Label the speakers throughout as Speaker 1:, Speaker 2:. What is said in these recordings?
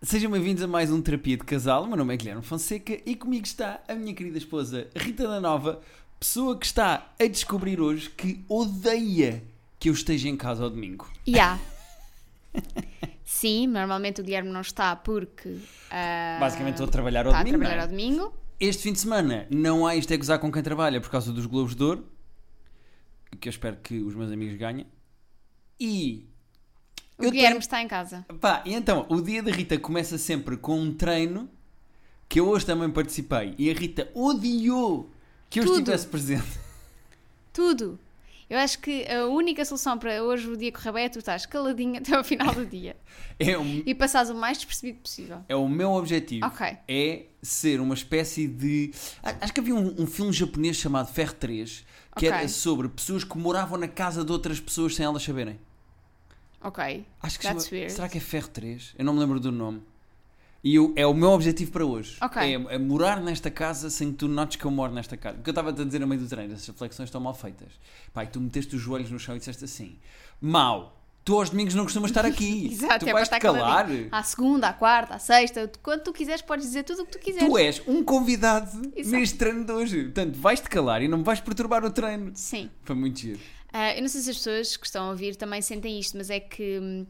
Speaker 1: Sejam bem-vindos a mais um Terapia de Casal. O meu nome é Guilherme Fonseca e comigo está a minha querida esposa Rita da Nova, pessoa que está a descobrir hoje que odeia que eu esteja em casa ao domingo.
Speaker 2: Ya. Sim, normalmente o Guilherme não está porque. ah,
Speaker 1: Basicamente estou a trabalhar ao
Speaker 2: está a
Speaker 1: domingo.
Speaker 2: trabalhar ao
Speaker 1: não é?
Speaker 2: domingo.
Speaker 1: Este fim de semana não há isto é gozar com quem trabalha por causa dos Globos de Ouro, que eu espero que os meus amigos ganhem. E.
Speaker 2: O
Speaker 1: eu
Speaker 2: Guilherme
Speaker 1: tenho-
Speaker 2: está em casa.
Speaker 1: Pá, e então, o dia da Rita começa sempre com um treino que eu hoje também participei e a Rita odiou que eu
Speaker 2: Tudo.
Speaker 1: estivesse presente.
Speaker 2: Tudo. Eu acho que a única solução para hoje o dia correr bem é tu estás caladinho até ao final do dia
Speaker 1: É o,
Speaker 2: e passares o mais despercebido possível.
Speaker 1: é o meu objetivo.
Speaker 2: Ok.
Speaker 1: É ser uma espécie de. a- Acho que havia um, um filme japonês chamado Ferro 3 que era
Speaker 2: Ok.
Speaker 1: sobre pessoas que moravam na casa de outras pessoas sem elas saberem.
Speaker 2: Ok.
Speaker 1: Acho que
Speaker 2: That's
Speaker 1: chama-
Speaker 2: weird.
Speaker 1: Será que é Ferro 3? Eu não me lembro do nome. E eu- é o meu objetivo para hoje.
Speaker 2: Ok.
Speaker 1: É, é morar nesta casa sem que tu notes que eu moro nesta casa. Porque eu estava a dizer a meio do treino, essas flexões estão mal feitas. Pai, tu meteste os joelhos no chão e disseste assim: Mau, tu aos domingos não costumas estar aqui.
Speaker 2: Exato,
Speaker 1: tu
Speaker 2: é para
Speaker 1: vais te
Speaker 2: estar
Speaker 1: calar.
Speaker 2: caladinho. À segunda, à quarta, à sexta, quando tu quiseres, podes dizer tudo o que tu quiseres.
Speaker 1: Tu és um convidado
Speaker 2: é. Exato.
Speaker 1: neste treino de hoje. Portanto, vais-te calar e não me vais perturbar o treino.
Speaker 2: Sim.
Speaker 1: Foi muito giro.
Speaker 2: Ah, eu não sei se as pessoas que estão a ouvir também sentem isto, mas é que hum,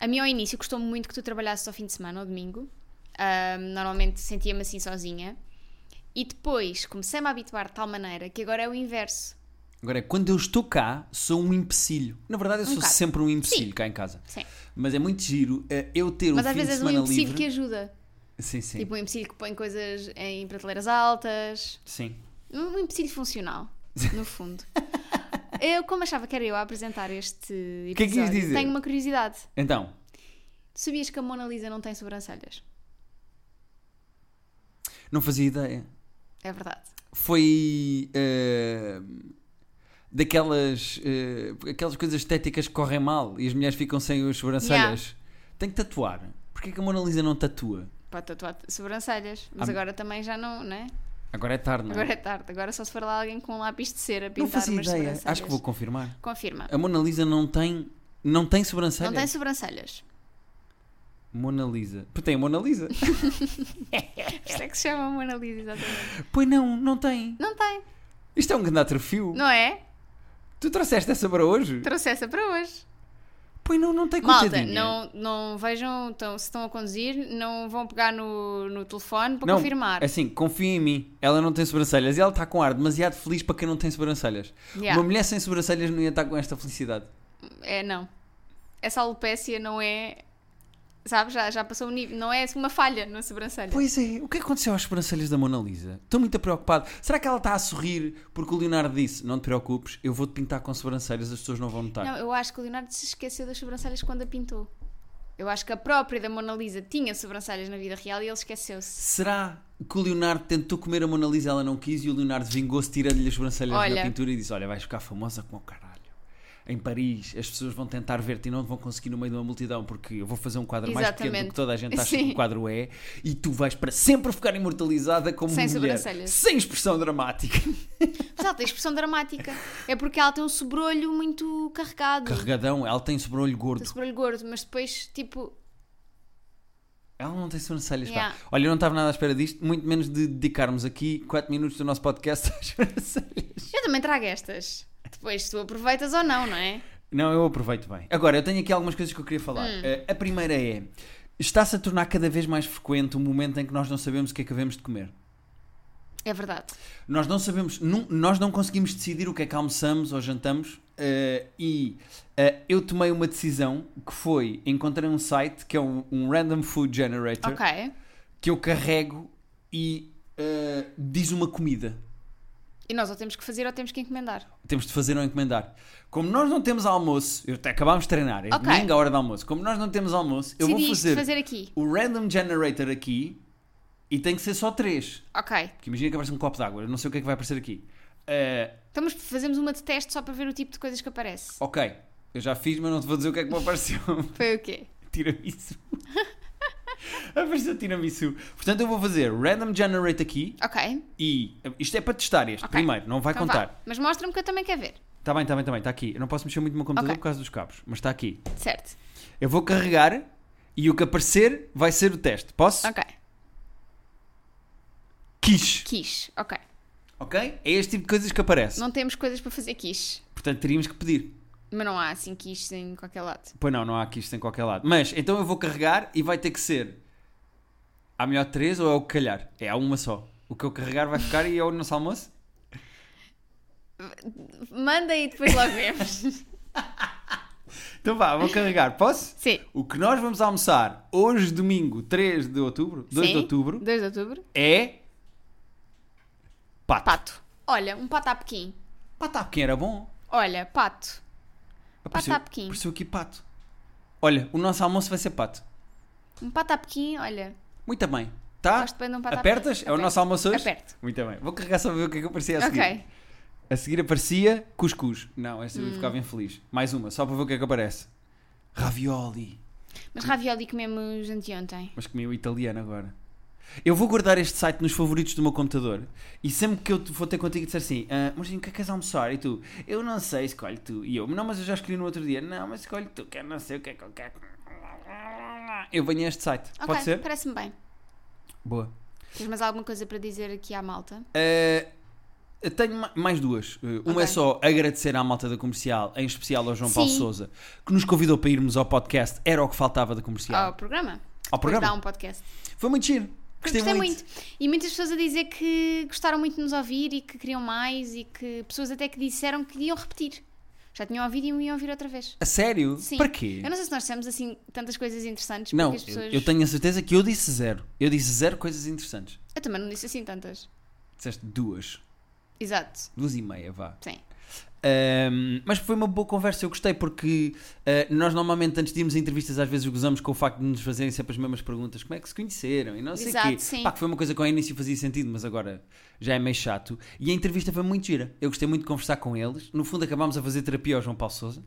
Speaker 2: a mim ao início custou muito que tu trabalhasses ao fim de semana ou domingo. Ah, normalmente sentia-me assim sozinha. E depois comecei-me a habituar de tal maneira que agora é o inverso.
Speaker 1: Agora, quando eu estou cá, sou um empecilho. Na verdade, eu sou
Speaker 2: bocado.
Speaker 1: sempre um empecilho cá em casa.
Speaker 2: Sim.
Speaker 1: Mas é muito giro eh, eu ter um
Speaker 2: Mas
Speaker 1: fim
Speaker 2: às
Speaker 1: de
Speaker 2: vezes é um
Speaker 1: semana
Speaker 2: empecilho
Speaker 1: livre.
Speaker 2: que ajuda.
Speaker 1: Sim, sim.
Speaker 2: Tipo um empecilho que põe coisas em prateleiras altas.
Speaker 1: Sim.
Speaker 2: Um empecilho funcional, no fundo. eu, como achava que era eu a apresentar este episódio,
Speaker 1: que é que ias dizer?
Speaker 2: tenho uma curiosidade.
Speaker 1: Então,
Speaker 2: Tu sabias que a Mona Lisa não tem sobrancelhas?
Speaker 1: não fazia ideia.
Speaker 2: É verdade.
Speaker 1: Foi eh, daquelas eh, aquelas coisas estéticas que correm mal e as mulheres ficam sem as sobrancelhas. Tem que tatuar. Porquê que a Mona Lisa não tatua?
Speaker 2: Pode tatuar sobrancelhas, mas
Speaker 1: Ah,
Speaker 2: agora também já não, né?
Speaker 1: Agora é tarde, não é?
Speaker 2: Agora é tarde, agora só se for lá alguém com um lápis de cera a
Speaker 1: não
Speaker 2: pintar
Speaker 1: fazia
Speaker 2: umas
Speaker 1: ideia.
Speaker 2: sobrancelhas.
Speaker 1: Acho que vou confirmar.
Speaker 2: Confirma.
Speaker 1: A Mona Lisa não tem, não tem sobrancelha.
Speaker 2: Não tem sobrancelhas.
Speaker 1: Mona Lisa. Pois tem a Mona Lisa.
Speaker 2: Por isso é que se chama Mona Lisa, exatamente.
Speaker 1: pois não, não tem.
Speaker 2: Não tem,
Speaker 1: Isto é um grande atrofio.
Speaker 2: não é?
Speaker 1: Tu trouxeste essa para hoje?
Speaker 2: Trouxe essa para hoje.
Speaker 1: Pois não, não tem
Speaker 2: Malta,
Speaker 1: coitadinha.
Speaker 2: não, não vejam, então, se estão a conduzir, não vão pegar no, no telefone para confirmar.
Speaker 1: Assim, confia em mim. Ela não tem sobrancelhas e ela está com ar demasiado feliz para quem não tem sobrancelhas.
Speaker 2: Yeah.
Speaker 1: Uma mulher sem sobrancelhas não ia estar com esta felicidade.
Speaker 2: É, não. Essa alopécia não é. Sabe, já, já passou o nível. Não é uma falha na sobrancelha.
Speaker 1: Pois é, o que aconteceu às sobrancelhas da Mona Lisa? Estou muito preocupado. Será que ela está a sorrir porque o Leonardo disse: Não te preocupes, eu vou-te pintar com sobrancelhas, as pessoas não vão notar.
Speaker 2: Não, eu acho que o Leonardo se esqueceu das sobrancelhas quando a pintou. Eu acho que a própria da Mona Lisa tinha sobrancelhas na vida real e ele esqueceu-se.
Speaker 1: Será que o Leonardo tentou comer a Mona Lisa, ela não quis e o Leonardo vingou-se, tirando-lhe as sobrancelhas da
Speaker 2: Olha.
Speaker 1: pintura e disse: Olha, vais ficar famosa como o caralho. Em Paris, as pessoas vão tentar ver-te e não te vão conseguir no meio de uma multidão, porque eu vou fazer um quadro mais pequeno do
Speaker 2: Exatamente.
Speaker 1: que toda a gente acha que
Speaker 2: Sim.
Speaker 1: o quadro é, e tu vais para sempre ficar imortalizada como
Speaker 2: Sem
Speaker 1: mulher,
Speaker 2: sobrancelhas.
Speaker 1: sem expressão dramática,
Speaker 2: Mas ela tem expressão dramática. É porque ela tem um sobrolho muito carregado.
Speaker 1: carregadão. Ela tem sobrolho
Speaker 2: Tem um
Speaker 1: gordo,
Speaker 2: sobrolho gordo, mas depois, tipo,
Speaker 1: ela não tem sobrancelhas. pá.
Speaker 2: Yeah.
Speaker 1: Olha, eu não estava nada à espera disto, muito menos de dedicarmos aqui 4 minutos do nosso podcast às sobrancelhas.
Speaker 2: eu também trago estas. Depois tu aproveitas ou não, não é?
Speaker 1: Não, eu aproveito bem. Agora, eu tenho aqui algumas coisas que eu queria falar.
Speaker 2: Hum.
Speaker 1: Eh, a primeira é: está-se a tornar cada vez mais frequente o momento em que nós não sabemos o que é que havemos de comer.
Speaker 2: É verdade.
Speaker 1: Nós não sabemos, nu- nós não conseguimos decidir o que é que almoçamos ou jantamos. eh, e eh, eu tomei uma decisão que foi: encontrei um site que é um, um random food generator
Speaker 2: Ok.
Speaker 1: que eu carrego e eh, diz uma comida.
Speaker 2: E nós ou temos que fazer ou temos que encomendar.
Speaker 1: temos de fazer ou encomendar. Como nós não temos almoço, eu até acabámos de treinar, é
Speaker 2: Ok.
Speaker 1: domingo a hora de almoço. Como nós não temos almoço, eu vou
Speaker 2: Decidi isto de
Speaker 1: fazer,
Speaker 2: fazer aqui.
Speaker 1: o random generator aqui e tem que ser só três.
Speaker 2: Ok.
Speaker 1: Porque imagina que aparece um copo de água, eu não sei o que é que vai aparecer aqui. Eh,
Speaker 2: Então mas fazemos uma de teste só para ver o tipo de coisas que aparece.
Speaker 1: ok, eu já fiz, mas não te vou dizer o que é que me apareceu.
Speaker 2: Foi o quê?
Speaker 1: tiramisu. apareceu tiramisu. Portanto, eu vou fazer random generate aqui
Speaker 2: Ok.
Speaker 1: e isto é para testar este
Speaker 2: Ok.
Speaker 1: primeiro, não vai
Speaker 2: Então vá.
Speaker 1: contar.
Speaker 2: Mas mostra-me que eu também quero ver.
Speaker 1: Está bem, tá está bem, está bem, está tá aqui. Eu não posso mexer muito no meu computador
Speaker 2: Ok.
Speaker 1: por causa dos cabos, mas está aqui.
Speaker 2: Certo.
Speaker 1: Eu vou carregar E o que aparecer vai ser o teste. Posso?
Speaker 2: Ok.
Speaker 1: Quis.
Speaker 2: Quis. Ok.
Speaker 1: Ok? É este tipo de coisas que aparece.
Speaker 2: Não temos coisas para fazer quis.
Speaker 1: Portanto, teríamos que pedir.
Speaker 2: Mas não há assim quis em qualquer lado.
Speaker 1: Pois não, não há aqui isto em qualquer lado. Mas, então eu vou carregar e vai ter que ser há melhor três ou é o que calhar? É, há uma só. O que eu carregar vai ficar e é o nosso almoço?
Speaker 2: Manda e depois logo vemos.
Speaker 1: Então vá, vou carregar. Posso?
Speaker 2: Sim.
Speaker 1: O que nós vamos almoçar hoje, domingo, 3 de outubro, 2 de
Speaker 2: Sim.
Speaker 1: outubro,
Speaker 2: 2 de outubro.
Speaker 1: é... Pato.
Speaker 2: Pato. Olha, um pato à pequim.
Speaker 1: Pato à pequena era bom.
Speaker 2: Olha, pato.
Speaker 1: Apareceu-
Speaker 2: à pequim.
Speaker 1: Apareceu aqui pato. Olha, o nosso almoço vai ser pato.
Speaker 2: Um pato à pequim, olha.
Speaker 1: Muito bem. Tá?
Speaker 2: Gosto bem de um pato à
Speaker 1: Apertas?
Speaker 2: pequim.
Speaker 1: É o
Speaker 2: Aperto.
Speaker 1: nosso almoço hoje?
Speaker 2: Aperto.
Speaker 1: Muito bem. Vou carregar só para ver o que é que aparecia a seguir.
Speaker 2: Ok.
Speaker 1: A seguir aparecia cuscuz. Não, esta eu ficava infeliz. Mais uma, só para ver o que é que aparece. Ravioli.
Speaker 2: Mas ravioli comemos anteontem.
Speaker 1: Mas comi o italiano agora. Eu vou guardar este site nos favoritos do meu computador e sempre que eu te- for ter contigo e disser assim, ah, mas o que é que queres almoçar? E tu, eu não sei, escolhe tu. E eu, não, mas eu já escolhi no outro dia. Não, mas escolhe tu, que eu não sei o que é que eu quero. Eu venho a este site.
Speaker 2: Ok, então-
Speaker 1: Pode ser?
Speaker 2: parece-me bem.
Speaker 1: Boa.
Speaker 2: Tens mais alguma coisa para dizer aqui à malta?
Speaker 1: Eh, eu tenho ma- mais duas. Eh, Uma
Speaker 2: Ok.
Speaker 1: é só agradecer à malta da comercial, em especial ao João
Speaker 2: Sim.
Speaker 1: Paulo Souza, que nos convidou para irmos ao podcast Era o que faltava da
Speaker 2: Ao
Speaker 1: comercial.
Speaker 2: programa.
Speaker 1: ao
Speaker 2: Depois
Speaker 1: programa.
Speaker 2: dá um podcast.
Speaker 1: Foi muito giro. Gostei, muito.
Speaker 2: E muitas pessoas a dizer que gostaram muito de nos ouvir e que queriam mais e que pessoas até que disseram que iam repetir. Já tinham ouvido e iam ouvir outra vez.
Speaker 1: A sério?
Speaker 2: Sim.
Speaker 1: Para quê?
Speaker 2: Eu não sei se nós dissemos assim tantas coisas interessantes porque
Speaker 1: Não,
Speaker 2: as pessoas.
Speaker 1: eu, eu tenho a certeza que eu disse zero. Eu disse zero coisas interessantes.
Speaker 2: Eu também não disse assim tantas.
Speaker 1: Disseste duas.
Speaker 2: Exato.
Speaker 1: Duas e meia, vá.
Speaker 2: Sim.
Speaker 1: Ahm, mas foi uma boa conversa, eu gostei, porque ah, nós normalmente antes de irmos a entrevistas às vezes gozamos com o facto de nos fazerem sempre as mesmas perguntas, como é que se conheceram e não sei o
Speaker 2: Exato,
Speaker 1: quê.
Speaker 2: sim.
Speaker 1: Pá, que foi uma coisa que ao início fazia sentido, mas agora já é meio chato. E a entrevista foi muito gira, eu gostei muito de conversar com eles. No fundo acabámos a fazer terapia ao João Paulo Souza.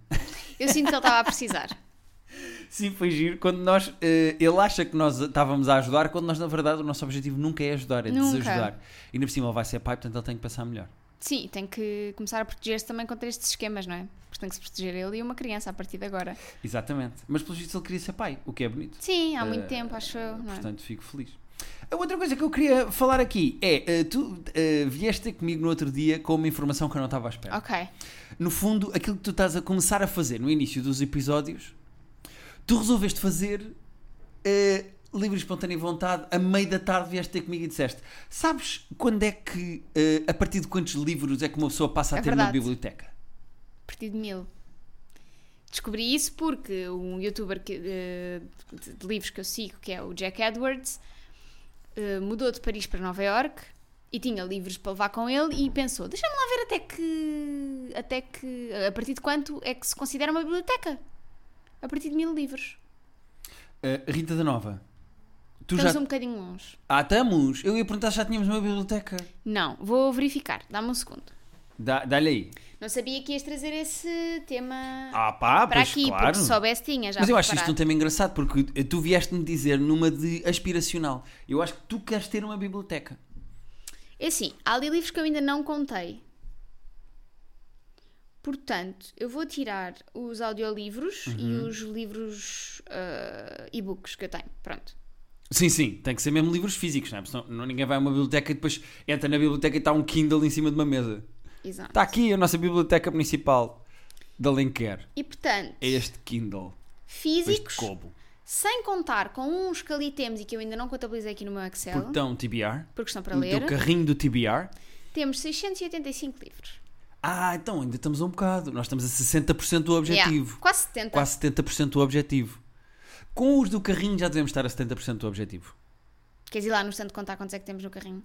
Speaker 2: Eu sinto que ele estava a precisar.
Speaker 1: Sim, foi giro. Quando nós, eh, ele acha que nós estávamos a ajudar, quando nós, na verdade, o nosso objetivo nunca é ajudar, é
Speaker 2: Nunca.
Speaker 1: desajudar. E ainda por cima ele vai ser pai, portanto ele tem que passar melhor.
Speaker 2: Sim, tem que começar a proteger-se também contra estes esquemas, não é? Porque tem que se proteger ele e uma criança a partir de agora.
Speaker 1: Exatamente. Mas pelo visto ele queria ser pai, o que é bonito.
Speaker 2: Sim, há muito
Speaker 1: Eh,
Speaker 2: tempo, acho eu. Não é?
Speaker 1: Portanto, fico feliz. A outra coisa que eu queria falar aqui é: eh, tu eh, vieste ter comigo no outro dia com uma informação que eu não estava à espera.
Speaker 2: Ok.
Speaker 1: No fundo, aquilo que tu estás a começar a fazer no início dos episódios, tu resolveste fazer eh, livre, espontânea vontade, a meio da tarde vieste ter comigo e disseste: Sabes quando é que, eh, a partir de quantos livros é que uma pessoa passa a
Speaker 2: É
Speaker 1: ter uma
Speaker 2: verdade.
Speaker 1: biblioteca?
Speaker 2: A partir de mil. Descobri isso porque um youtuber que, eh, de, de livros que eu sigo, que é o Jack Edwards, eh, mudou de Paris para Nova York e tinha livros para levar com ele e pensou: deixa-me lá ver até que, até que. a partir de quanto é que se considera uma biblioteca? A partir de mil livros.
Speaker 1: Eh, Rita da Nova, tu
Speaker 2: Estamos
Speaker 1: já.
Speaker 2: um bocadinho longe.
Speaker 1: Ah, estamos! Eu ia perguntar se já tínhamos uma biblioteca.
Speaker 2: Não, vou verificar. Dá-me um segundo.
Speaker 1: Dá- Dá-lhe aí.
Speaker 2: Não sabia que ias trazer esse tema
Speaker 1: Ah, pá,
Speaker 2: para
Speaker 1: pois
Speaker 2: aqui,
Speaker 1: claro.
Speaker 2: porque se soubesse tinha já.
Speaker 1: Mas eu acho isto um
Speaker 2: preparado.
Speaker 1: tema engraçado porque eh, tu vieste-me dizer numa de aspiracional. Eu acho que tu queres ter uma biblioteca.
Speaker 2: É assim, há ali livros que eu ainda não contei. Portanto, eu vou tirar os audiolivros e
Speaker 1: Uhum.
Speaker 2: os livros ah, e-books que eu tenho. Pronto.
Speaker 1: Sim, sim, tem que ser mesmo livros físicos, não é? Porque senão não- ninguém vai a uma biblioteca e depois entra na biblioteca e está um Kindle em cima de uma mesa.
Speaker 2: Exato.
Speaker 1: Está aqui a nossa biblioteca principal de Alenquer.
Speaker 2: E portanto,
Speaker 1: É este Kindle, este
Speaker 2: físicos,
Speaker 1: Kobo.
Speaker 2: sem contar com uns que ali temos e que eu ainda não contabilizei aqui no meu Excel,
Speaker 1: Portão TBR.
Speaker 2: porque estão É um? para
Speaker 1: O
Speaker 2: ler,
Speaker 1: teu carrinho do TBR.
Speaker 2: temos 685 livros.
Speaker 1: Ah, então ainda estamos a um bocado. Nós estamos a 60% do objetivo.
Speaker 2: Yeah, quase 70.
Speaker 1: Quase 70% do objetivo. Com os do carrinho já devemos estar a 70% do objetivo.
Speaker 2: Queres ir lá no instante contar quantos é que temos no carrinho?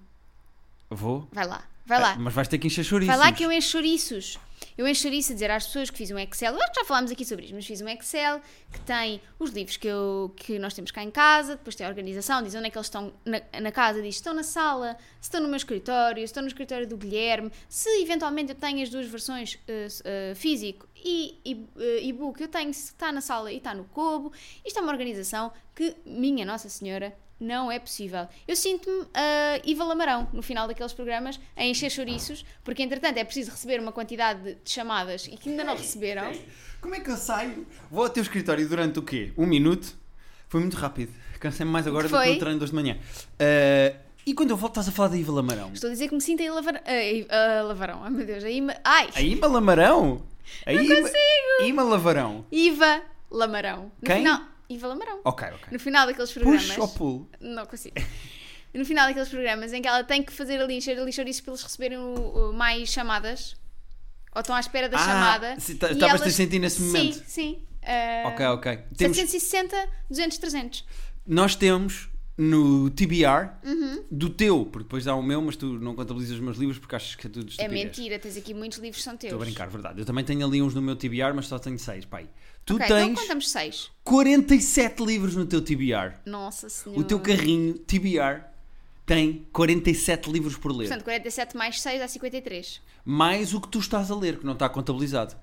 Speaker 1: Vou?
Speaker 2: Vai lá, vai lá.
Speaker 1: Ah, Mas vais ter que encher chouriços.
Speaker 2: Vai lá que eu encho chouriços. Eu encho chouriços a dizer às pessoas que fiz um Excel. Eu acho que já falámos aqui sobre isto, mas fiz um Excel que tem os livros que, eu, que nós temos cá em casa, depois tem a organização, diz onde é que eles estão na, na casa, diz se estão na sala, se estão no meu escritório, se estão no escritório do Guilherme, se eventualmente eu tenho as duas versões eh, s- eh, físico e e- eh, e-book, eu tenho se está na sala e está no cubo. Isto é uma organização que, minha Nossa Senhora, não é possível. Eu sinto-me ah, Iva Lamarão no final daqueles programas a encher chouriços, porque entretanto é preciso receber uma quantidade de chamadas e que ainda não receberam.
Speaker 1: Como é que eu saio? Vou ao teu escritório durante o quê? Um minuto? Foi muito rápido. Cansei-me mais agora do
Speaker 2: Foi?
Speaker 1: que no treino de hoje de manhã. Ah, e quando eu volto, estás a falar da Iva Lamarão.
Speaker 2: Estou a dizer que me sinto em lavar... ah, ah, lavarão. Ai meu Deus, a Ima... Ai!
Speaker 1: A Ima Lamarão? A Ima...
Speaker 2: consigo!
Speaker 1: Ima Lavarão.
Speaker 2: Iva Lamarão. No
Speaker 1: Quem?
Speaker 2: Final... Iva Lamarão.
Speaker 1: Ok, ok.
Speaker 2: No final daqueles programas.
Speaker 1: Push ou pull?
Speaker 2: Não consigo. No final daqueis programas em que ela tem que fazer ali encher ali chouriços para eles receberem o- o mais chamadas. Ou estão à espera da
Speaker 1: Ah,
Speaker 2: chamada.
Speaker 1: se ta-
Speaker 2: e
Speaker 1: estavas-te a sentir nesse momento.
Speaker 2: Sim, sim. Ah,
Speaker 1: Ok, ok. Temos-
Speaker 2: 760, 200, 300.
Speaker 1: Nós temos no TBR
Speaker 2: Uhum.
Speaker 1: do teu, porque depois dá o meu, mas tu não contabilizas os meus livros porque achas que é tudo
Speaker 2: É
Speaker 1: estupidez.
Speaker 2: mentira, tens aqui muitos livros que são teus.
Speaker 1: Estou a brincar, verdade. Eu também tenho ali uns no meu TBR, mas só tenho seis, pai. Tu
Speaker 2: Ok,
Speaker 1: tens
Speaker 2: então contamos 6.
Speaker 1: 47 livros no teu TBR.
Speaker 2: Nossa Senhora.
Speaker 1: O teu carrinho TBR tem 47 livros por ler.
Speaker 2: Portanto, 47 mais 6 dá 53.
Speaker 1: mais o que tu estás a ler, que não está contabilizado.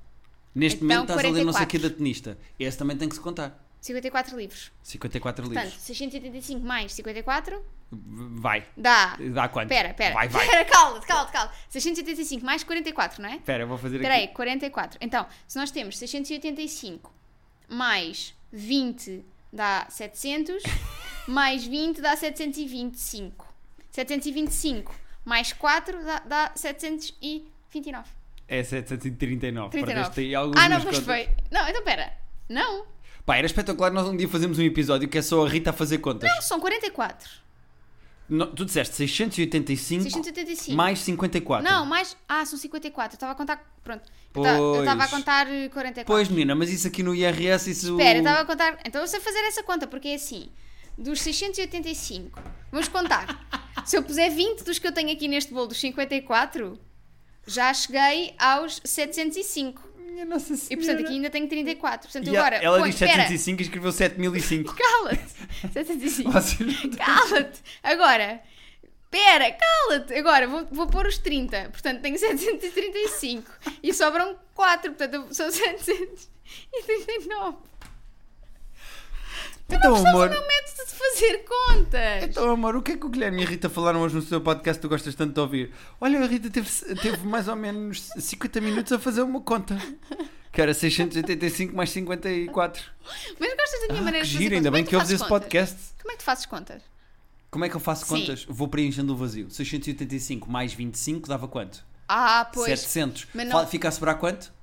Speaker 1: Neste
Speaker 2: Então,
Speaker 1: momento estás a ler não sei
Speaker 2: 44.
Speaker 1: o que da tenista. Esse também tem que se contar.
Speaker 2: 54 livros.
Speaker 1: 54
Speaker 2: Portanto,
Speaker 1: livros.
Speaker 2: 685 mais 54
Speaker 1: V- Vai.
Speaker 2: dá.
Speaker 1: Dá quanto?
Speaker 2: Pera, pera.
Speaker 1: Vai, vai.
Speaker 2: Pera, calma, calma, calma. 685 mais 44, não é?
Speaker 1: Espera, eu vou fazer
Speaker 2: Espera aí,
Speaker 1: aqui.
Speaker 2: 44. Então, se nós temos 685 mais 20 dá 700, mais 20 dá 725. 725 mais 4 dá, dá 729.
Speaker 1: É 739.
Speaker 2: 39.
Speaker 1: Perdeste aí alguns
Speaker 2: ah, não,
Speaker 1: mas
Speaker 2: pois foi. Não, então pera. Não,
Speaker 1: Pá, era espetacular nós um dia fazemos um episódio que é só a Rita a fazer contas.
Speaker 2: não, são 44.
Speaker 1: No- tu disseste 685,
Speaker 2: 685.
Speaker 1: mais 54.
Speaker 2: Não, mais. Ah, são 54. Eu estava a contar. Pronto. Eu
Speaker 1: Pois.
Speaker 2: ta- Eu estava a contar eh, 44.
Speaker 1: Pois, menina, mas isso aqui no IRS, isso...
Speaker 2: Espera, eu estava a contar. Então eu sei fazer essa conta, porque é assim: dos 685, vamos contar. Se eu puser 20 dos que eu tenho aqui neste bolo, dos 54, já cheguei aos 705.
Speaker 1: Minha Nossa
Speaker 2: E
Speaker 1: Senhora.
Speaker 2: portanto aqui ainda tenho 34. Portanto
Speaker 1: E a-
Speaker 2: agora.
Speaker 1: ela
Speaker 2: põe-
Speaker 1: diz
Speaker 2: espera,
Speaker 1: 705 e escreveu 7005.
Speaker 2: Cala-te! 705.
Speaker 1: Vocês não-
Speaker 2: Cala-te! Agora, pera, cala-te! Agora, vou, vou pôr os 30, portanto tenho 735 e sobram 4, portanto eu- são 739.
Speaker 1: Então, amor...
Speaker 2: Mas não metes de fazer contas!
Speaker 1: Então, amor, o que é que o Guilherme e a Rita falaram hoje no seu podcast que tu gostas tanto de ouvir? Olha, a Rita teve, teve mais ou menos 50 minutos a fazer uma conta. Que era 685 mais 54.
Speaker 2: Mas gostas da minha
Speaker 1: Ah,
Speaker 2: maneira
Speaker 1: que
Speaker 2: de fazer
Speaker 1: giro, ainda
Speaker 2: contas? Como é
Speaker 1: bem
Speaker 2: tu
Speaker 1: que ouves
Speaker 2: fazes
Speaker 1: esse
Speaker 2: contas?
Speaker 1: podcast.
Speaker 2: Como é que tu fazes contas?
Speaker 1: Como é que eu faço
Speaker 2: Sim.
Speaker 1: contas? Vou preenchendo o vazio. 685 mais 25 dava quanto?
Speaker 2: Ah, pois.
Speaker 1: 700.
Speaker 2: mas
Speaker 1: Fa-
Speaker 2: não-
Speaker 1: Fica a sobrar quanto?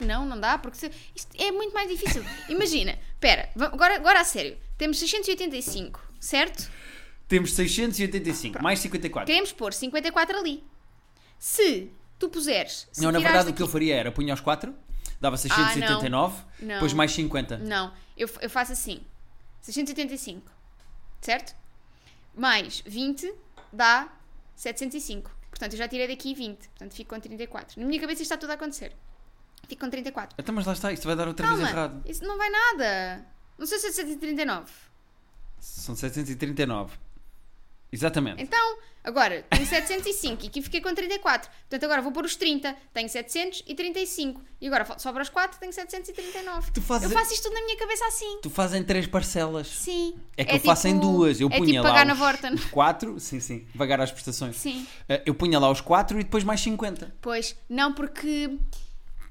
Speaker 2: Não, não dá, porque se- isto é muito mais difícil. Imagina, pera, va- agora, agora a sério. Temos 685, certo?
Speaker 1: Temos 685 mais 54.
Speaker 2: Queremos pôr 54 ali. Se tu puseres. Se
Speaker 1: Não, na
Speaker 2: tirares
Speaker 1: verdade o que eu
Speaker 2: daqui-
Speaker 1: faria era punha aos 4, dava 689,
Speaker 2: Ah, não.
Speaker 1: depois mais 50.
Speaker 2: Não, eu, fa- eu faço assim: 685, certo? Mais 20 dá 705. Portanto, eu já tirei daqui 20, portanto fico com 34. Na minha cabeça isto está tudo a acontecer. Fico com 34.
Speaker 1: Então, mas lá está, isto vai dar outra vez errado.
Speaker 2: Calma, isso não vai nada. Não são 739.
Speaker 1: São 739. Exatamente.
Speaker 2: Então, agora tenho 705 e aqui fiquei com 34. Portanto, agora vou pôr os 30, tenho 735. E agora fal- sobra os 4, tenho 739.
Speaker 1: Tu fazes-
Speaker 2: Eu faço isto tudo na minha cabeça assim.
Speaker 1: Tu fazes em três parcelas.
Speaker 2: Sim.
Speaker 1: É que eu faço em
Speaker 2: tipo-
Speaker 1: duas. Eu
Speaker 2: é
Speaker 1: punha
Speaker 2: tipo
Speaker 1: lá
Speaker 2: pagar na
Speaker 1: os
Speaker 2: Vorten.
Speaker 1: quatro, sim, sim, pagar as prestações.
Speaker 2: Sim.
Speaker 1: Eh, Eu punha lá os quatro e depois mais 50.
Speaker 2: Pois, não porque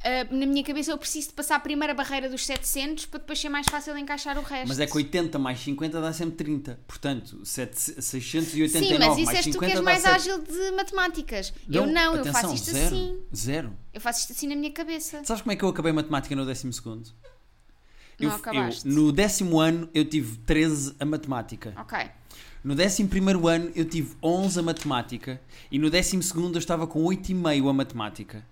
Speaker 2: ah, na minha cabeça eu preciso de passar a primeira barreira dos 700 para depois ser mais fácil encaixar o resto.
Speaker 1: Mas é que 80 mais 50 dá sempre 30. Portanto, sete- 689
Speaker 2: Sim, mas isso
Speaker 1: mais
Speaker 2: és tu
Speaker 1: 50
Speaker 2: que és
Speaker 1: dá
Speaker 2: mais
Speaker 1: sete-
Speaker 2: ágil de matemáticas. eu não, eu
Speaker 1: atenção,
Speaker 2: faço isto
Speaker 1: zero,
Speaker 2: assim.
Speaker 1: Zero.
Speaker 2: Eu faço isto assim na minha cabeça.
Speaker 1: Sabes como é que eu acabei matemática no décimo segundo?
Speaker 2: Não
Speaker 1: eu,
Speaker 2: acabaste.
Speaker 1: eu- no décimo ano eu tive 13 a matemática.
Speaker 2: Ok.
Speaker 1: No 11 ano eu tive 11 a matemática e no 12 eu estava com 8,5 a matemática.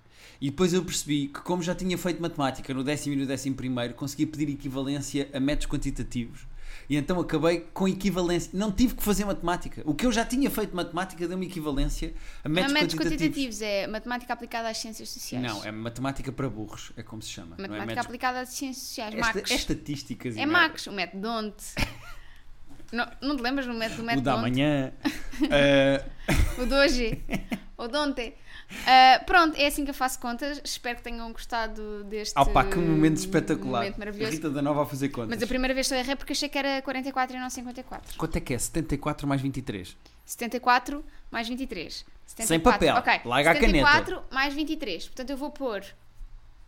Speaker 1: E depois eu percebi que, como já tinha feito matemática no décimo e no 11, consegui pedir equivalência a métodos quantitativos. E então acabei com equivalência. Não tive que fazer matemática. O que eu já tinha feito matemática deu-me equivalência a
Speaker 2: Não é
Speaker 1: métodos,
Speaker 2: métodos
Speaker 1: quantitativos.
Speaker 2: quantitativos, é matemática aplicada às ciências sociais.
Speaker 1: Não, é matemática para burros, é como se chama. não é
Speaker 2: Matemática
Speaker 1: métodos-
Speaker 2: aplicada às ciências sociais.
Speaker 1: Esta,
Speaker 2: Max.
Speaker 1: é estatísticas e
Speaker 2: É
Speaker 1: merda.
Speaker 2: Max, o método Donte. não, não é te lembras do método, do
Speaker 1: O
Speaker 2: método
Speaker 1: da
Speaker 2: Donte?
Speaker 1: manhã. Ah,
Speaker 2: O de hoje. o de ontem. Ah, pronto, é assim que eu faço contas. Espero que tenham gostado deste.
Speaker 1: Ah pá, que momento espetacular.
Speaker 2: Momento maravilhoso.
Speaker 1: Rita da Nova a fazer contas.
Speaker 2: Mas a primeira vez só errei porque achei que era 44 e não 54.
Speaker 1: Quanto é que é? 74 mais 23.
Speaker 2: 74 mais 23. 74.
Speaker 1: Sem papel.
Speaker 2: Ok.
Speaker 1: Larga a
Speaker 2: 74 mais 23. Portanto, eu vou pôr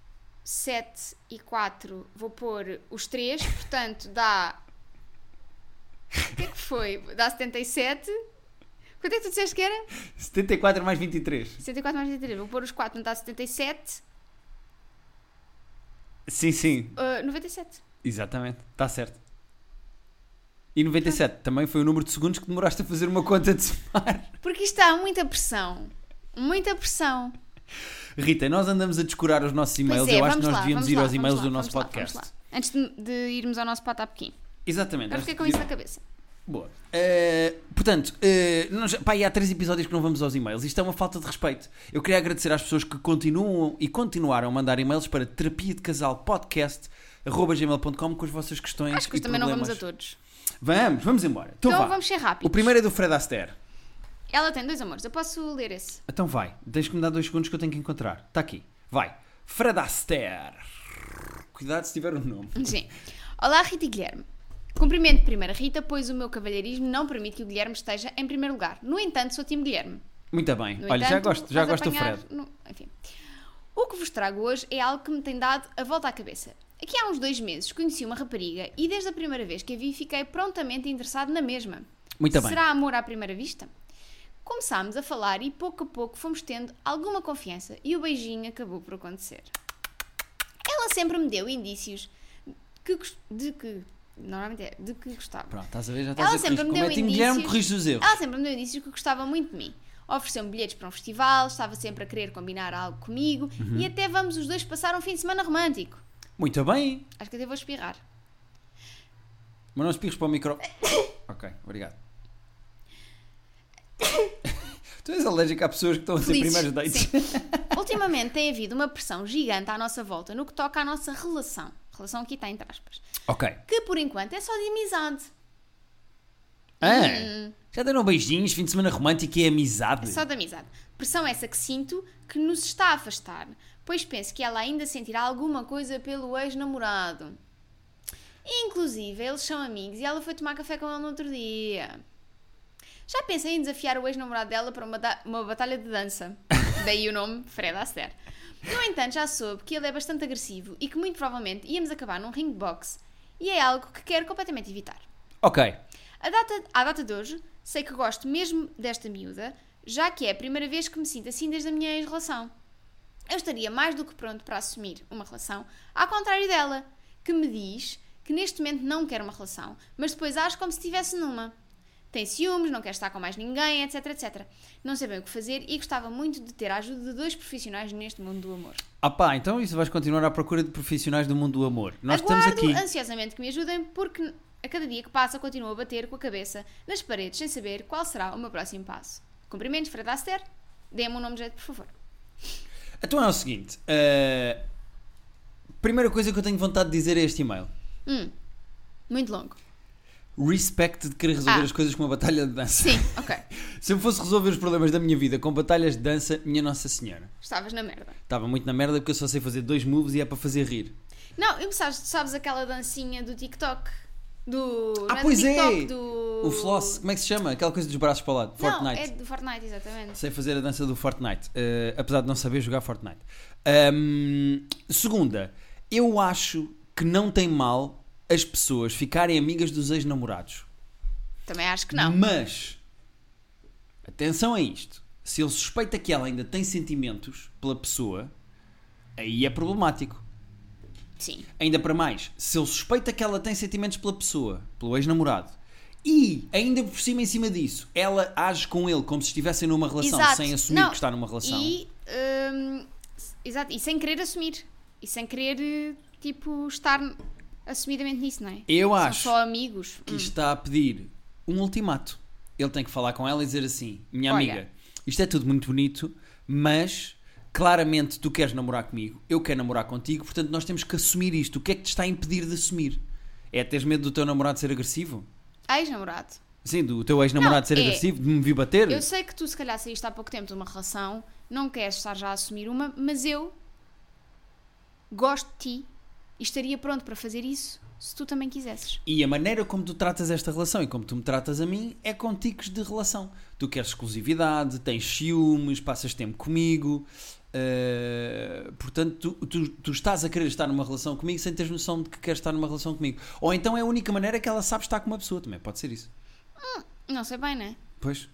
Speaker 2: 7 e 4, vou pôr os 3, portanto dá O que é que foi? Dá 77. Quanto é que tu disseste que era?
Speaker 1: 74 mais 23.
Speaker 2: 74 mais 23. Vou pôr os 4, não dá 77.
Speaker 1: Sim, sim.
Speaker 2: Ah, 97.
Speaker 1: Exatamente. Está certo. E 97 também foi o número de segundos que demoraste a fazer uma conta de somar.
Speaker 2: Porque isto há muita pressão. Muita pressão.
Speaker 1: Rita, nós andamos a descurar os nossos e-mails.
Speaker 2: pois é,
Speaker 1: Eu acho
Speaker 2: vamos
Speaker 1: que nós
Speaker 2: lá,
Speaker 1: devíamos
Speaker 2: vamos
Speaker 1: ir
Speaker 2: lá,
Speaker 1: aos
Speaker 2: vamos
Speaker 1: e-mails
Speaker 2: lá,
Speaker 1: do nosso
Speaker 2: vamos lá,
Speaker 1: podcast.
Speaker 2: vamos lá. Antes de, de irmos ao nosso patapequim.
Speaker 1: Exatamente.
Speaker 2: Agora
Speaker 1: acho
Speaker 2: fiquei
Speaker 1: que
Speaker 2: com isso na
Speaker 1: devíamos-
Speaker 2: cabeça.
Speaker 1: Boa. Eh, portanto, eh, nós, pá, e há três episódios que não vamos aos e-mails. Isto é uma falta de respeito. Eu queria agradecer às pessoas que continuam e continuaram a mandar e-mails para terapia de casal podcast com as vossas questões
Speaker 2: Acho que
Speaker 1: e
Speaker 2: hoje também não
Speaker 1: problemas.
Speaker 2: vamos a todos.
Speaker 1: Vamos, vamos embora. Então,
Speaker 2: Então,
Speaker 1: vá.
Speaker 2: vamos ser
Speaker 1: O
Speaker 2: rápidos.
Speaker 1: primeiro é do Fred Astaire.
Speaker 2: Ela tem dois amores. Eu posso ler esse.
Speaker 1: Então vai, tens que me dar dois segundos que eu tenho que encontrar. Está aqui. Vai. Fred Astaire. Cuidado se tiver o nome.
Speaker 2: Sim. Olá, Rita e Guilherme. Cumprimento primeiro a Rita, pois o meu cavalheirismo não permite que o Guilherme esteja em primeiro lugar. No entanto, sou time Guilherme.
Speaker 1: Muito bem.
Speaker 2: No
Speaker 1: Olha, já
Speaker 2: entanto,
Speaker 1: gosto, já
Speaker 2: vais
Speaker 1: gosto do
Speaker 2: apanhar
Speaker 1: Fred.
Speaker 2: no- enfim. O que vos trago hoje é algo que me tem dado a volta à cabeça. Aqui há uns dois meses conheci uma rapariga e desde a primeira vez que a vi fiquei prontamente interessado na mesma.
Speaker 1: Muito bem.
Speaker 2: Será amor à primeira vista? Começámos a falar e pouco a pouco fomos tendo alguma confiança e o beijinho acabou por acontecer. Ela sempre me deu indícios que gos- de que normalmente é de que gostava.
Speaker 1: Pronto, estás a ver, já estás
Speaker 2: Ela
Speaker 1: a
Speaker 2: sempre
Speaker 1: corrigir.
Speaker 2: me deu
Speaker 1: Comete é Guilherme,
Speaker 2: indícios. Ah!
Speaker 1: corrige os erros.
Speaker 2: Ela sempre me deu indícios que gostava muito de mim. Ofereceu-me bilhetes para um festival, estava sempre a querer combinar algo comigo e até vamos os dois passar um fim de semana romântico.
Speaker 1: Muito bem.
Speaker 2: Acho que até vou espirrar.
Speaker 1: Mas não espirres para o micro. ok, obrigado. tu és alérgico a pessoas que estão a ser
Speaker 2: Felizes,
Speaker 1: primeiros dates.
Speaker 2: sim. Ultimamente tem havido uma pressão gigante à nossa volta no que toca à nossa relação. Relação aqui está entre aspas.
Speaker 1: ok.
Speaker 2: Que por enquanto é só de amizade.
Speaker 1: Ah, Já deram beijinhos, fim de semana romântico e amizade.
Speaker 2: É Só de amizade. Pressão essa que sinto que nos está a afastar, pois penso que ela ainda sentirá alguma coisa pelo ex-namorado. Inclusive, eles são amigos e ela foi tomar café com ele no outro dia. Já pensei em desafiar o ex-namorado dela para uma, da- uma batalha de dança. Daí o nome Fred Astaire. No entanto, já soube que ele é bastante agressivo e que muito provavelmente íamos acabar num ring box e é algo que quero completamente evitar.
Speaker 1: Ok.
Speaker 2: A data, à data de hoje, sei que gosto mesmo desta miúda, já que é a primeira vez que me sinto assim desde a minha ex-relação. Eu estaria mais do que pronto para assumir uma relação, ao contrário dela, que me diz que neste momento não quer uma relação, mas depois age como se estivesse numa. Tem ciúmes, não quer estar com mais ninguém, etc, etc. Não sei bem o que fazer e gostava muito de ter a ajuda de dois profissionais neste mundo do amor.
Speaker 1: Ah pá, então isso vais continuar à procura de profissionais do mundo do amor. Nós
Speaker 2: Aguardo
Speaker 1: estamos aqui.
Speaker 2: ansiosamente que me ajudem porque a cada dia que passa continuo a bater com a cabeça nas paredes sem saber qual será o meu próximo passo. Cumprimentos, Fred Aster. Dê-me um nome de jeito, por favor.
Speaker 1: Então é o seguinte. eh, Primeira coisa que eu tenho vontade de dizer a este e-mail.
Speaker 2: Muito longo.
Speaker 1: Respect de querer resolver
Speaker 2: Ah.
Speaker 1: as coisas com uma batalha de dança.
Speaker 2: Sim, ok.
Speaker 1: Se eu fosse resolver os problemas da minha vida com batalhas de dança, minha Nossa Senhora.
Speaker 2: Estavas na merda.
Speaker 1: Estava muito na merda porque eu só sei fazer dois moves e é para fazer rir.
Speaker 2: Não, e sabes, sabes aquela dancinha do TikTok? Do.
Speaker 1: Ah,
Speaker 2: não do
Speaker 1: pois é!
Speaker 2: TikTok, Do...
Speaker 1: O floss, como é que se chama? Aquela coisa dos braços para o lado.
Speaker 2: Não,
Speaker 1: Fortnite.
Speaker 2: é do Fortnite, exatamente.
Speaker 1: Sei fazer a dança do Fortnite, eh, apesar de não saber jogar Fortnite. Ahm, segunda, eu acho que não tem mal as pessoas ficarem amigas dos ex-namorados.
Speaker 2: Também acho que
Speaker 1: Hum.
Speaker 2: não.
Speaker 1: Mas, atenção a isto. Se ele suspeita que ela ainda tem sentimentos pela pessoa, aí é problemático.
Speaker 2: Sim.
Speaker 1: Ainda para mais, se ele suspeita que ela tem sentimentos pela pessoa, pelo ex-namorado, e ainda por cima em cima disso, ela age com ele como se estivessem numa relação,
Speaker 2: Exato.
Speaker 1: sem assumir
Speaker 2: Não,
Speaker 1: que está numa relação.
Speaker 2: E, hum, s- exato, e sem querer assumir. E sem querer, eh, tipo, estar assumidamente nisso, não é?
Speaker 1: Eu
Speaker 2: São
Speaker 1: acho
Speaker 2: só amigos. Hum.
Speaker 1: que isto está a pedir um ultimato. Ele tem que falar com ela e dizer assim: Minha
Speaker 2: Olha.
Speaker 1: amiga, isto é tudo muito bonito, mas claramente tu queres namorar comigo, eu quero namorar contigo, portanto nós temos que assumir isto. O que é que te está a impedir de assumir? É teres medo do teu namorado ser agressivo?
Speaker 2: Hum. Ex-namorado.
Speaker 1: Sim, do teu ex-namorado
Speaker 2: Não,
Speaker 1: ser
Speaker 2: é-
Speaker 1: agressivo, de me vir bater?
Speaker 2: Eu sei que tu, se calhar, saíste há pouco tempo de uma relação, não queres estar já a assumir uma, mas eu gosto de ti e estaria pronto para fazer isso se tu também quisesses.
Speaker 1: E a maneira como tu tratas esta relação e como tu me tratas a mim é com tiques de relação. Tu queres exclusividade, tens ciúmes, passas tempo comigo. Uh, portanto, tu, tu, tu estás a querer estar numa relação comigo sem teres noção de que queres estar numa relação comigo. Ou então é a única maneira que ela sabe estar com uma pessoa também. Pode ser isso.
Speaker 2: Não sei bem, né?
Speaker 1: Pois.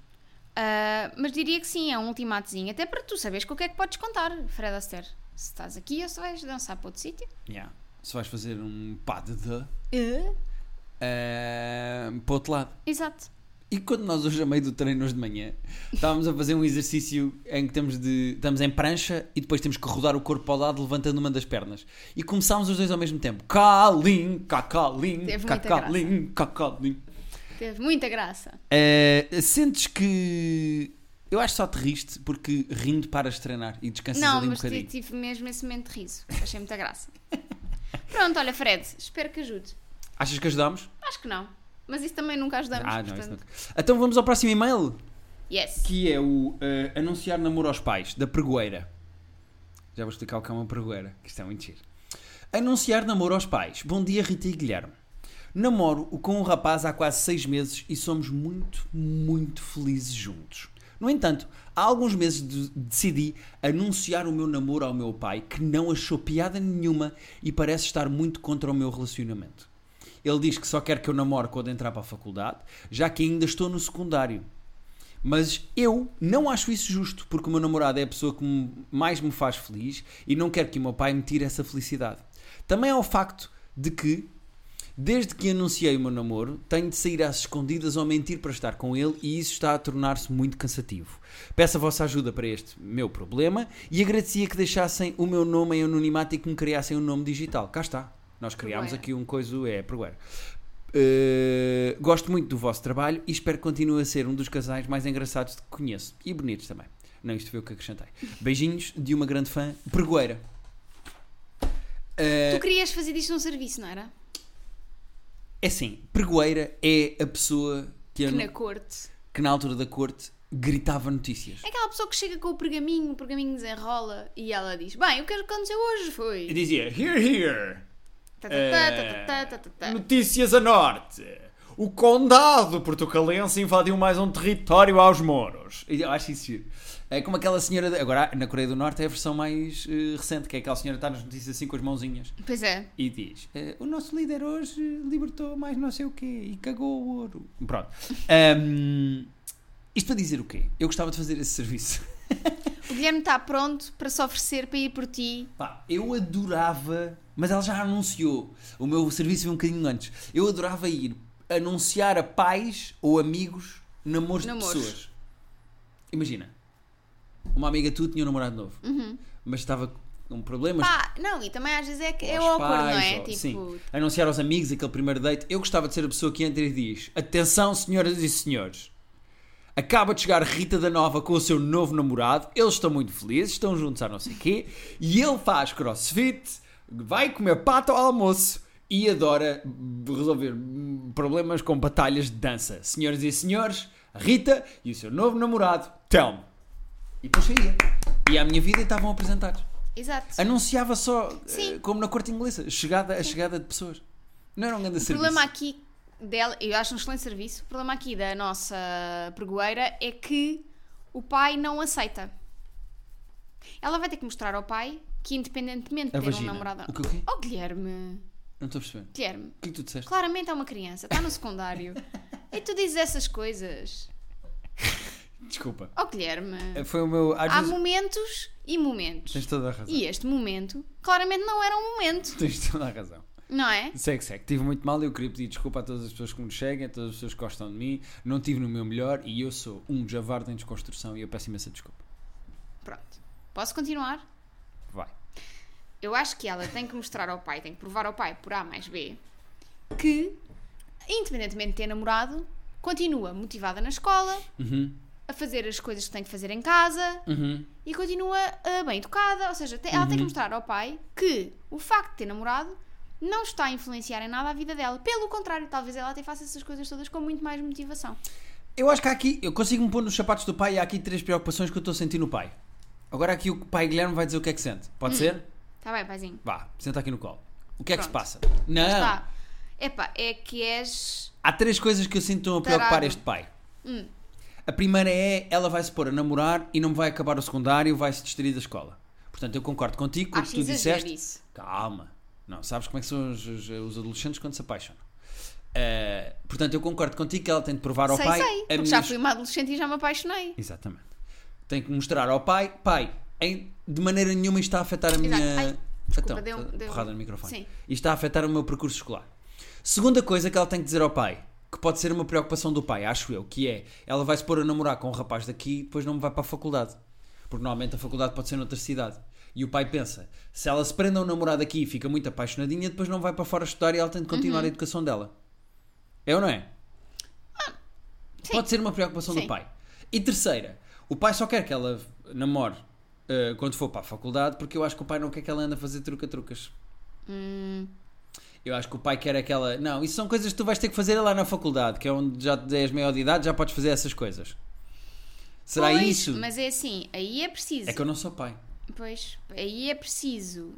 Speaker 2: Ah, mas diria que sim, é um ultimatozinho. Até para tu saberes com o que é que podes contar, Fred Astaire. Se estás aqui ou se vais dançar para outro sítio.
Speaker 1: Yeah. Se vais fazer um pá de de, uh,
Speaker 2: Eh,
Speaker 1: para o outro lado.
Speaker 2: Exato.
Speaker 1: E quando nós hoje a meio do treino hoje de manhã estávamos a fazer um exercício em que estamos, de, estamos em prancha e depois temos que rodar o corpo ao lado levantando uma das pernas. E começámos os dois ao mesmo tempo. Calim, cacalim,
Speaker 2: Teve muita
Speaker 1: cacalim, cacalim.
Speaker 2: Teve muita graça.
Speaker 1: Eh, sentes que... Eu acho que só te riste porque rindo paras de treinar e descansas
Speaker 2: não,
Speaker 1: ali um
Speaker 2: mas ti-
Speaker 1: bocadinho.
Speaker 2: tive mesmo esse momento de riso. Achei muita graça. Pronto, olha, Fred, espero que ajude.
Speaker 1: Achas que ajudámos?
Speaker 2: Acho que não. Mas isso também nunca ajudamos.
Speaker 1: ah, não, isso
Speaker 2: portanto.
Speaker 1: nunca. Então vamos ao próximo e-mail,
Speaker 2: Yes.
Speaker 1: que é o eh, Anunciar Namoro aos Pais, da Pregoeira. Já vou explicar o que é uma pregoeira, que isto é muito giro. Anunciar namoro aos pais. Bom dia, Rita e Guilherme. Namoro o com um rapaz há quase seis meses e somos muito, muito felizes juntos. No entanto, há alguns meses de- decidi anunciar o meu namoro ao meu pai, que não achou piada nenhuma e parece estar muito contra o meu relacionamento. Ele diz que só quer que eu namore quando entrar para a faculdade, já que ainda estou no secundário. Mas eu não acho isso justo, porque o meu namorado é a pessoa que me- mais me faz feliz e não quero que o meu pai me tire essa felicidade. Também ao facto de que, desde que anunciei o meu namoro, tenho de sair às escondidas ou mentir para estar com ele e isso está a tornar-se muito cansativo. Peço a vossa ajuda para este meu problema e agradecia que deixassem o meu nome em anonimato e que me criassem um nome digital. Cá está. Nós criámos
Speaker 2: Pergueira.
Speaker 1: aqui um coiso, é, pergueira. Uh, gosto muito do vosso trabalho e espero que continue a ser um dos casais mais engraçados que conheço. E bonitos também. Não, isto foi o que acrescentei. Beijinhos de uma grande fã, Pergoeira. Eh,
Speaker 2: Tu querias fazer disto num serviço, não era?
Speaker 1: É assim, Pergoeira é a pessoa que, eu-
Speaker 2: Que na corte.
Speaker 1: que na altura da corte gritava notícias.
Speaker 2: É aquela pessoa que chega com o pergaminho, o pergaminho desenrola e ela diz: Bem, o que aconteceu hoje
Speaker 1: E
Speaker 2: foi.
Speaker 1: dizia, here, here, Eh,
Speaker 2: Tá, tá, tá, tá, tá, tá, tá, tá.
Speaker 1: notícias a norte. O condado portucalense invadiu mais um território aos moros. Eu acho isso giro. É como aquela senhora... de- Agora, na Coreia do Norte é a versão mais eh, recente, que é aquela senhora que está nas notícias assim com as mãozinhas.
Speaker 2: Pois é.
Speaker 1: e diz: "Eh, O nosso líder hoje libertou mais não sei o quê e cagou o ouro. Pronto. Ahm, isto para dizer o quê? Eu gostava de fazer esse serviço.
Speaker 2: O Guilherme está pronto para se oferecer para ir por ti.
Speaker 1: Pá, eu adorava, mas ela já anunciou. O meu serviço veio um bocadinho antes. Eu adorava ir anunciar a pais ou amigos namoros de
Speaker 2: Namoros.
Speaker 1: pessoas. Imagina, uma amiga tua tinha um namorado novo, mas estava com problemas.
Speaker 2: Uhum. Pá, não, e também às vezes é que é o
Speaker 1: aos
Speaker 2: awkward, não
Speaker 1: pais,
Speaker 2: é?
Speaker 1: ou-
Speaker 2: Tipo,
Speaker 1: sim. anunciar aos amigos aquele primeiro date. Eu gostava de ser a pessoa que entra e diz: Atenção, senhoras e senhores. Acaba de chegar Rita da Nova com o seu novo namorado. Eles estão muito felizes, estão juntos há não sei quê. E ele faz crossfit, vai comer pato ao almoço e adora hum, resolver hum, problemas com batalhas de dança. Senhoras e senhores, a Rita e o seu novo namorado, Telmo. E depois saía. E à minha vida estavam apresentados.
Speaker 2: exato.
Speaker 1: Anunciava só,
Speaker 2: Sim.
Speaker 1: eh, como na corte inglesa, chegada, a chegada de pessoas. Não era um grande
Speaker 2: O
Speaker 1: serviço.
Speaker 2: problema aqui dela, eu acho um excelente serviço. O problema aqui da nossa pregoeira é que o pai não aceita. Ela vai ter que mostrar ao pai que, independentemente
Speaker 1: A
Speaker 2: de ter um
Speaker 1: vagina.
Speaker 2: namorado ou
Speaker 1: O
Speaker 2: não.
Speaker 1: que o quê?
Speaker 2: Oh, Guilherme,
Speaker 1: Não estou a perceber.
Speaker 2: Guilherme,
Speaker 1: O que é que tu disseste?
Speaker 2: claramente é uma criança, está no secundário. e tu dizes essas coisas.
Speaker 1: Desculpa.
Speaker 2: Oh, Guilherme,
Speaker 1: Eh, Foi o meu. Às
Speaker 2: há
Speaker 1: vezes.
Speaker 2: momentos e momentos.
Speaker 1: Tens toda a razão.
Speaker 2: E este momento, claramente não era um momento,
Speaker 1: Tens toda a razão.
Speaker 2: não é?
Speaker 1: Segue, segue. Tive muito mal. Eu queria pedir desculpa a todas as pessoas que me seguem, a todas as pessoas que gostam de mim. Não tive no meu melhor e eu sou um javarde em desconstrução e eu peço imensa desculpa.
Speaker 2: Pronto. Posso continuar?
Speaker 1: Vai.
Speaker 2: Eu acho que ela tem que mostrar ao pai, tem que provar ao pai, por A mais B, que, independentemente de ter namorado, continua motivada na escola,
Speaker 1: Uhum.
Speaker 2: a fazer as coisas que tem que fazer em casa
Speaker 1: Uhum.
Speaker 2: e continua ah, bem educada. Ou seja, tem- ela tem que mostrar ao pai que o facto de ter namorado não está a influenciar em nada a vida dela. Pelo contrário, talvez ela até faça essas coisas todas com muito mais motivação.
Speaker 1: Eu acho que há aqui. Eu consigo me pôr nos sapatos do pai e há aqui três preocupações que eu estou a sentir no pai. Agora aqui o pai Guilherme vai dizer o que é que sente. Pode
Speaker 2: Hum.
Speaker 1: ser?
Speaker 2: Está Tá bem, paizinho?
Speaker 1: Vá, senta aqui no colo. O que é que se
Speaker 2: Pronto.
Speaker 1: passa? Não!
Speaker 2: Está. Epá, é que és.
Speaker 1: Há três coisas que eu sinto que estão a preocupar
Speaker 2: Tarado.
Speaker 1: este pai.
Speaker 2: Hum.
Speaker 1: A primeira é ela vai se pôr a namorar e não vai acabar o secundário, vai se distrair da escola. Portanto, eu concordo contigo com o que
Speaker 2: Acho
Speaker 1: tu
Speaker 2: exagero
Speaker 1: disseste.
Speaker 2: isso.
Speaker 1: Calma. Não, sabes como é que são os, os- os adolescentes quando se apaixonam. Eh, portanto, eu concordo contigo que ela tem de provar ao
Speaker 2: sei,
Speaker 1: pai.
Speaker 2: sei,
Speaker 1: a
Speaker 2: porque
Speaker 1: minha
Speaker 2: já
Speaker 1: es-
Speaker 2: fui uma adolescente e já me apaixonei.
Speaker 1: Exatamente. Tem que mostrar ao pai, pai, em- de maneira nenhuma isto está a afetar a minha.
Speaker 2: Ai, desculpa,
Speaker 1: então,
Speaker 2: deu- deu-
Speaker 1: porrada no microfone.
Speaker 2: Sim.
Speaker 1: Isto está a afetar o meu percurso escolar. Segunda coisa que ela tem que dizer ao pai, que pode ser uma preocupação do pai, acho eu, que é ela vai se pôr a namorar com um rapaz daqui e depois não vai para a faculdade. Porque normalmente a faculdade pode ser noutra cidade. E o pai pensa, se ela se prende a um namorado aqui e fica muito apaixonadinha, depois não vai para fora estudar e ela tem de
Speaker 2: Uhum.
Speaker 1: continuar a educação dela. É ou não é?
Speaker 2: Ah, sim.
Speaker 1: Pode ser uma preocupação do
Speaker 2: Sim.
Speaker 1: pai. E terceira, o pai só quer que ela namore eh, quando for para a faculdade, porque eu acho que o pai não quer que ela ande a fazer truca-trucas.
Speaker 2: Hum.
Speaker 1: Eu acho que o pai quer aquela. Não, isso são coisas que tu vais ter que fazer lá na faculdade, que é onde já és maior de idade, já podes fazer essas coisas. Será
Speaker 2: Pois,
Speaker 1: isso?
Speaker 2: Mas é assim, aí é preciso.
Speaker 1: É que eu não sou pai.
Speaker 2: Pois, aí é preciso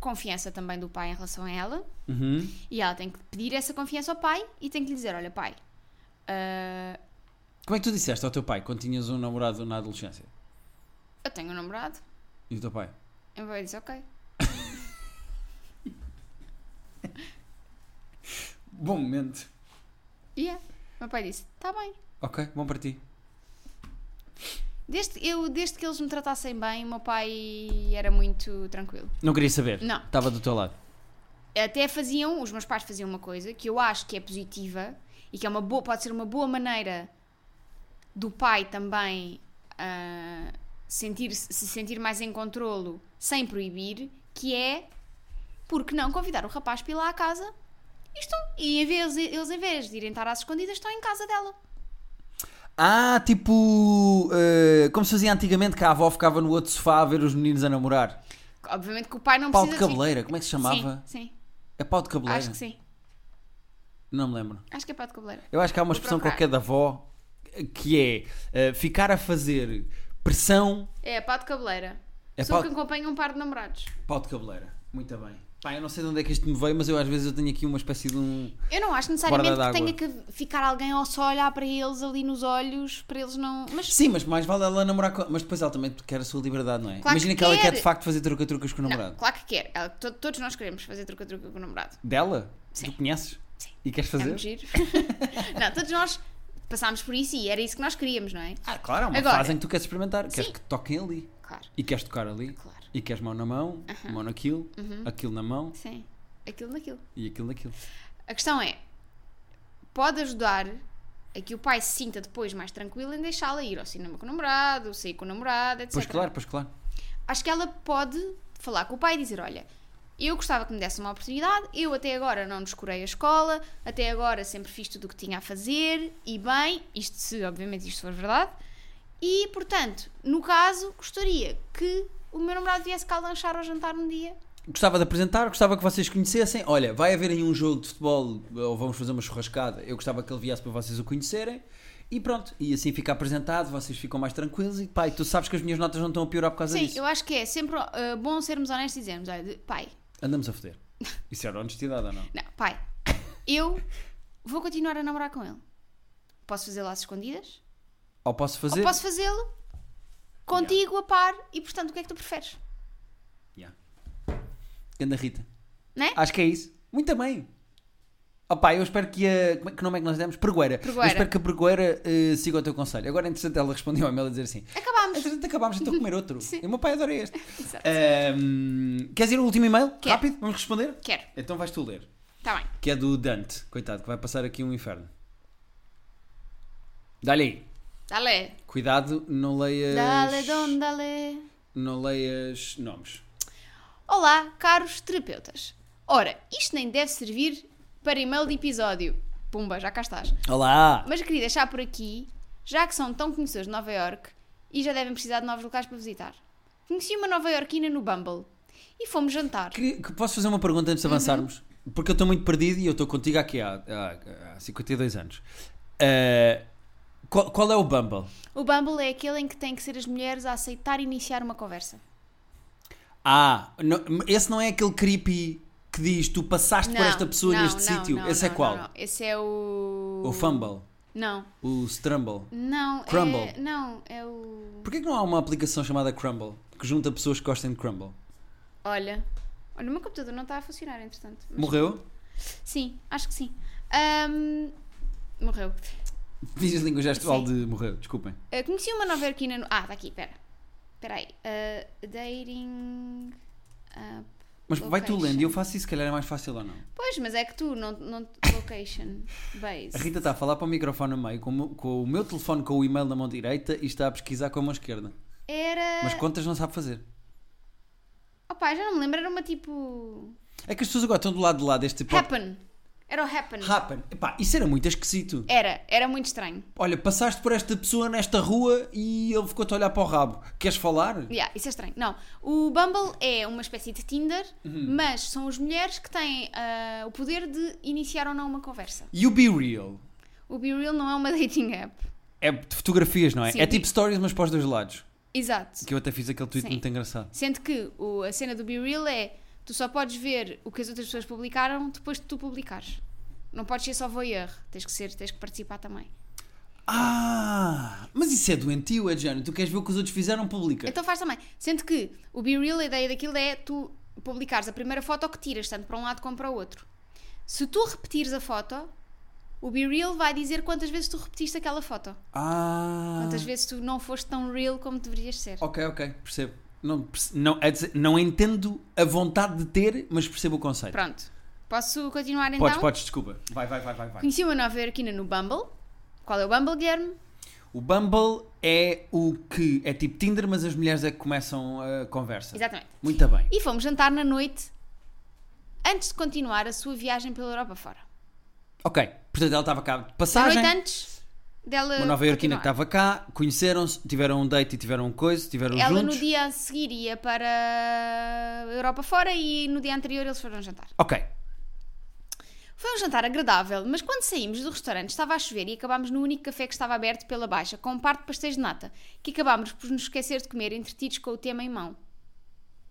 Speaker 2: confiança também do pai em relação a ela.
Speaker 1: Uhum.
Speaker 2: E ela tem que pedir essa confiança ao pai e tem que lhe dizer: Olha, pai, ah,
Speaker 1: Como é que tu disseste ao teu pai quando tinhas um namorado na adolescência?
Speaker 2: eu tenho um namorado.
Speaker 1: E o teu pai?
Speaker 2: E o pai diz: Ok.
Speaker 1: Bom momento.
Speaker 2: E yeah. O meu pai disse: Tá bem.
Speaker 1: Ok, bom para ti.
Speaker 2: Desde, eu, desde que eles me tratassem bem, o meu pai era muito tranquilo.
Speaker 1: Não queria saber.
Speaker 2: Não.
Speaker 1: Estava do teu lado.
Speaker 2: Até faziam, os meus pais faziam uma coisa que eu acho que é positiva e que é uma boa, pode ser uma boa maneira do pai também ah, sentir, se sentir mais em controlo sem proibir, que é porque não convidar o rapaz para ir lá à casa e, estão, e em vez, eles em vez de irem estar às escondidas estão em casa dela.
Speaker 1: Ah, tipo. eh, como se fazia antigamente, que a avó ficava no outro sofá a ver os meninos a namorar.
Speaker 2: Obviamente que o pai não
Speaker 1: Pau de
Speaker 2: precisa...
Speaker 1: cabeleira, como é que se chamava?
Speaker 2: Sim, sim.
Speaker 1: É pau de cabeleira?
Speaker 2: Acho que sim.
Speaker 1: Não me lembro.
Speaker 2: Acho que é pau de cabeleira.
Speaker 1: Eu acho que há uma
Speaker 2: Vou
Speaker 1: expressão
Speaker 2: procurar.
Speaker 1: qualquer da avó eh, que é eh, ficar a fazer pressão.
Speaker 2: É, pau de cabeleira.
Speaker 1: É
Speaker 2: Pessoa
Speaker 1: pau-
Speaker 2: que acompanha um par de namorados.
Speaker 1: Pau de cabeleira. Muito bem. Pá, eu não sei de onde é que isto me veio, mas eu às vezes eu tenho aqui uma espécie de um.
Speaker 2: Eu não acho necessariamente
Speaker 1: Borda
Speaker 2: que
Speaker 1: d'água.
Speaker 2: tenha que ficar alguém ao só olhar para eles ali nos olhos, para eles não. Mas
Speaker 1: Sim, mas mais vale ela namorar com. Mas depois ela também quer a sua liberdade, não é?
Speaker 2: Claro
Speaker 1: Imagina que,
Speaker 2: que
Speaker 1: ela quer
Speaker 2: quer.
Speaker 1: de facto fazer truca-trucas com o
Speaker 2: não,
Speaker 1: namorado.
Speaker 2: claro que quer. Ela- to- todos nós queremos fazer truca-truca com o namorado.
Speaker 1: Dela?
Speaker 2: Sim.
Speaker 1: Tu conheces?
Speaker 2: Sim.
Speaker 1: E queres
Speaker 2: É
Speaker 1: fazer?
Speaker 2: muito giro. não, todos nós passámos por isso e era isso que nós queríamos, não é?
Speaker 1: ah, claro, é uma
Speaker 2: Agora-
Speaker 1: fase em que tu queres experimentar. Queres
Speaker 2: Sim.
Speaker 1: que toquem ali.
Speaker 2: Claro,
Speaker 1: E queres tocar ali.
Speaker 2: claro.
Speaker 1: E queres mão na mão, mão naquilo,
Speaker 2: Uhum.
Speaker 1: aquilo na mão
Speaker 2: Sim. Aquilo naquilo.
Speaker 1: e aquilo naquilo.
Speaker 2: A questão é: pode ajudar a que o pai se sinta depois mais tranquilo em deixá-la ir ao cinema com o namorado, sair com o namorado, etc.
Speaker 1: Pois claro, pois claro.
Speaker 2: acho que ela pode falar com o pai e dizer: Olha, eu gostava que me desse uma oportunidade, eu até agora não descurei a escola, até agora sempre fiz tudo o que tinha a fazer e bem, isto se obviamente isto for verdade, e portanto, no caso, gostaria que o meu namorado viesse cá lanchar ou jantar um dia.
Speaker 1: Gostava de apresentar, gostava que vocês conhecessem. Olha, vai haver aí um jogo de futebol ou vamos fazer uma churrascada. Eu gostava que ele viesse para vocês o conhecerem. E pronto, e assim fica apresentado, vocês ficam mais tranquilos. E pai, tu sabes que as minhas notas não estão a piorar por causa
Speaker 2: Sim,
Speaker 1: disso.
Speaker 2: eu acho que é sempre ah, bom sermos honestos e dizermos: Olha, de- pai,
Speaker 1: Andamos a foder. Isso era honestidade ou não?
Speaker 2: não, pai, eu vou continuar a namorar com ele. Posso fazê-lo às escondidas?
Speaker 1: Ou posso fazer?
Speaker 2: Ou posso fazê-lo contigo a par e portanto o que é que tu preferes?
Speaker 1: Yeah. Ganda Rita.
Speaker 2: Né?
Speaker 1: Acho que é isso. Muito bem. Opá, eu espero que a. como é- Que nome é que nós demos? Pergoeira.
Speaker 2: Pergoeira.
Speaker 1: Eu espero que a Pergoeira eh, siga o teu conselho. Agora, entretanto, ela respondeu ao e-mail a dizer assim:
Speaker 2: Acabámos.
Speaker 1: Entretanto, acabámos, então comer outro.
Speaker 2: Sim.
Speaker 1: E o meu pai adora este.
Speaker 2: Exato.
Speaker 1: Ahm, queres ir o último e-mail?
Speaker 2: Quero.
Speaker 1: Rápido, vamos responder?
Speaker 2: Quero.
Speaker 1: Então vais tu ler.
Speaker 2: Tá bem.
Speaker 1: Que é do Dante, coitado, que vai passar aqui um inferno. Dá-lhe aí.
Speaker 2: Dale.
Speaker 1: Cuidado, não leias.
Speaker 2: Dale, don, dale.
Speaker 1: Não leias nomes.
Speaker 2: Olá, caros terapeutas. Ora, isto nem deve servir para e-mail de episódio. Pumba, já cá estás.
Speaker 1: Olá!
Speaker 2: Mas queria deixar por aqui, já que são tão conhecedores de Nova York e já devem precisar de novos locais para visitar. Conheci uma nova iorquina no Bumble e fomos jantar.
Speaker 1: Queria- que- posso fazer uma pergunta
Speaker 2: Uhum.
Speaker 1: antes de avançarmos? Porque eu estou muito perdido e eu estou contigo aqui há, há, há 52 anos. Eh, qual, qual é o Bumble?
Speaker 2: O Bumble é aquele em que têm que ser as mulheres a aceitar iniciar uma conversa.
Speaker 1: Ah, não- esse não é aquele creepy que diz tu passaste por esta pessoa
Speaker 2: não,
Speaker 1: neste
Speaker 2: não,
Speaker 1: sítio.
Speaker 2: não,
Speaker 1: Esse é
Speaker 2: não,
Speaker 1: qual?
Speaker 2: não, não. Esse é o.
Speaker 1: O Fumble?
Speaker 2: Não.
Speaker 1: O Strumble?
Speaker 2: Não,
Speaker 1: Crumble.
Speaker 2: é. Não, é o.
Speaker 1: Porquê que não há uma aplicação chamada Crumble? que junta pessoas que gostem de crumble.
Speaker 2: Olha. Olha, o meu computador não está a funcionar, entretanto. Mas-
Speaker 1: Morreu?
Speaker 2: Sim, acho que sim. Ahm, morreu.
Speaker 1: Diz a língua gestual
Speaker 2: Sim.
Speaker 1: de morreu, desculpem.
Speaker 2: Ah, conheci uma nova no. Ah, está aqui, pera. Espera aí. Ah, dating. app.
Speaker 1: Mas vai tu
Speaker 2: Location.
Speaker 1: lendo e eu faço isso, se calhar é mais fácil ou não.
Speaker 2: Pois, mas é que tu, não, não location base.
Speaker 1: A Rita está a falar para o microfone no meio, com o meu, com o meu telefone com o e-mail na mão direita e está a pesquisar com a mão esquerda.
Speaker 2: Era.
Speaker 1: Mas contas não sabe fazer.
Speaker 2: Opa, já não me lembro, era uma tipo.
Speaker 1: É que as pessoas agora estão do lado de lá deste pod-
Speaker 2: Happen. Era o happen.
Speaker 1: Happen. Epá, isso era muito esquisito.
Speaker 2: Era, era muito estranho.
Speaker 1: Olha, passaste por esta pessoa nesta rua e ele ficou-te a olhar para o rabo. Queres falar?
Speaker 2: Yeah, isso é estranho. Não, o Bumble é uma espécie de Tinder, mas são as mulheres que têm ah, o poder de iniciar ou não uma conversa.
Speaker 1: E o Be Real?
Speaker 2: O Be Real não é uma dating app.
Speaker 1: É de fotografias, não é?
Speaker 2: Sim.
Speaker 1: É tipo stories, mas para os dois lados.
Speaker 2: Exato.
Speaker 1: Que eu até fiz aquele tweet
Speaker 2: Sim.
Speaker 1: muito engraçado.
Speaker 2: Sendo que o- a cena do Be Real é tu só podes ver o que as outras pessoas publicaram depois de tu publicares. Não podes ser só voyeur, tens que ser, tens que participar também.
Speaker 1: Ah! Mas isso é doentio, é de género. Tu queres ver o que os outros fizeram, publica.
Speaker 2: Então faz também. Sendo que o Be Real, a ideia daquilo é tu publicares a primeira foto que tiras, tanto para um lado como para o outro. Se tu repetires a foto, o Be Real vai dizer quantas vezes tu repetiste aquela foto.
Speaker 1: Ah!
Speaker 2: Quantas vezes tu não foste tão real como deverias ser.
Speaker 1: Ok, ok, percebo. Não, perce- não, é dizer, não entendo a vontade de ter, mas percebo o conceito.
Speaker 2: Pronto. Posso continuar então?
Speaker 1: podes, podes, desculpa. Vai, vai, vai, vai, vai.
Speaker 2: Conheci uma nova iorquina no Bumble. Qual é o Bumble, Guilherme?
Speaker 1: O Bumble é o que é tipo Tinder, mas as mulheres é que começam a conversa.
Speaker 2: Exatamente.
Speaker 1: Muito bem.
Speaker 2: E fomos jantar na noite antes de continuar a sua viagem pela Europa fora.
Speaker 1: Ok, portanto ela estava cá de
Speaker 2: Na
Speaker 1: passagem.
Speaker 2: noite antes dela.
Speaker 1: Uma nova iorquina que tá
Speaker 2: continuar.
Speaker 1: estava cá, conheceram-se, tiveram um date e tiveram um coisa, tiveram
Speaker 2: Ela
Speaker 1: juntos.
Speaker 2: no dia a seguir ia para a Europa fora e no dia anterior eles foram jantar.
Speaker 1: Ok,
Speaker 2: Foi um jantar agradável, mas quando saímos do restaurante estava a chover e acabámos no único café que estava aberto pela baixa, com um par de pastéis de nata, que acabámos por nos esquecer de comer entretidos com o tema em mão.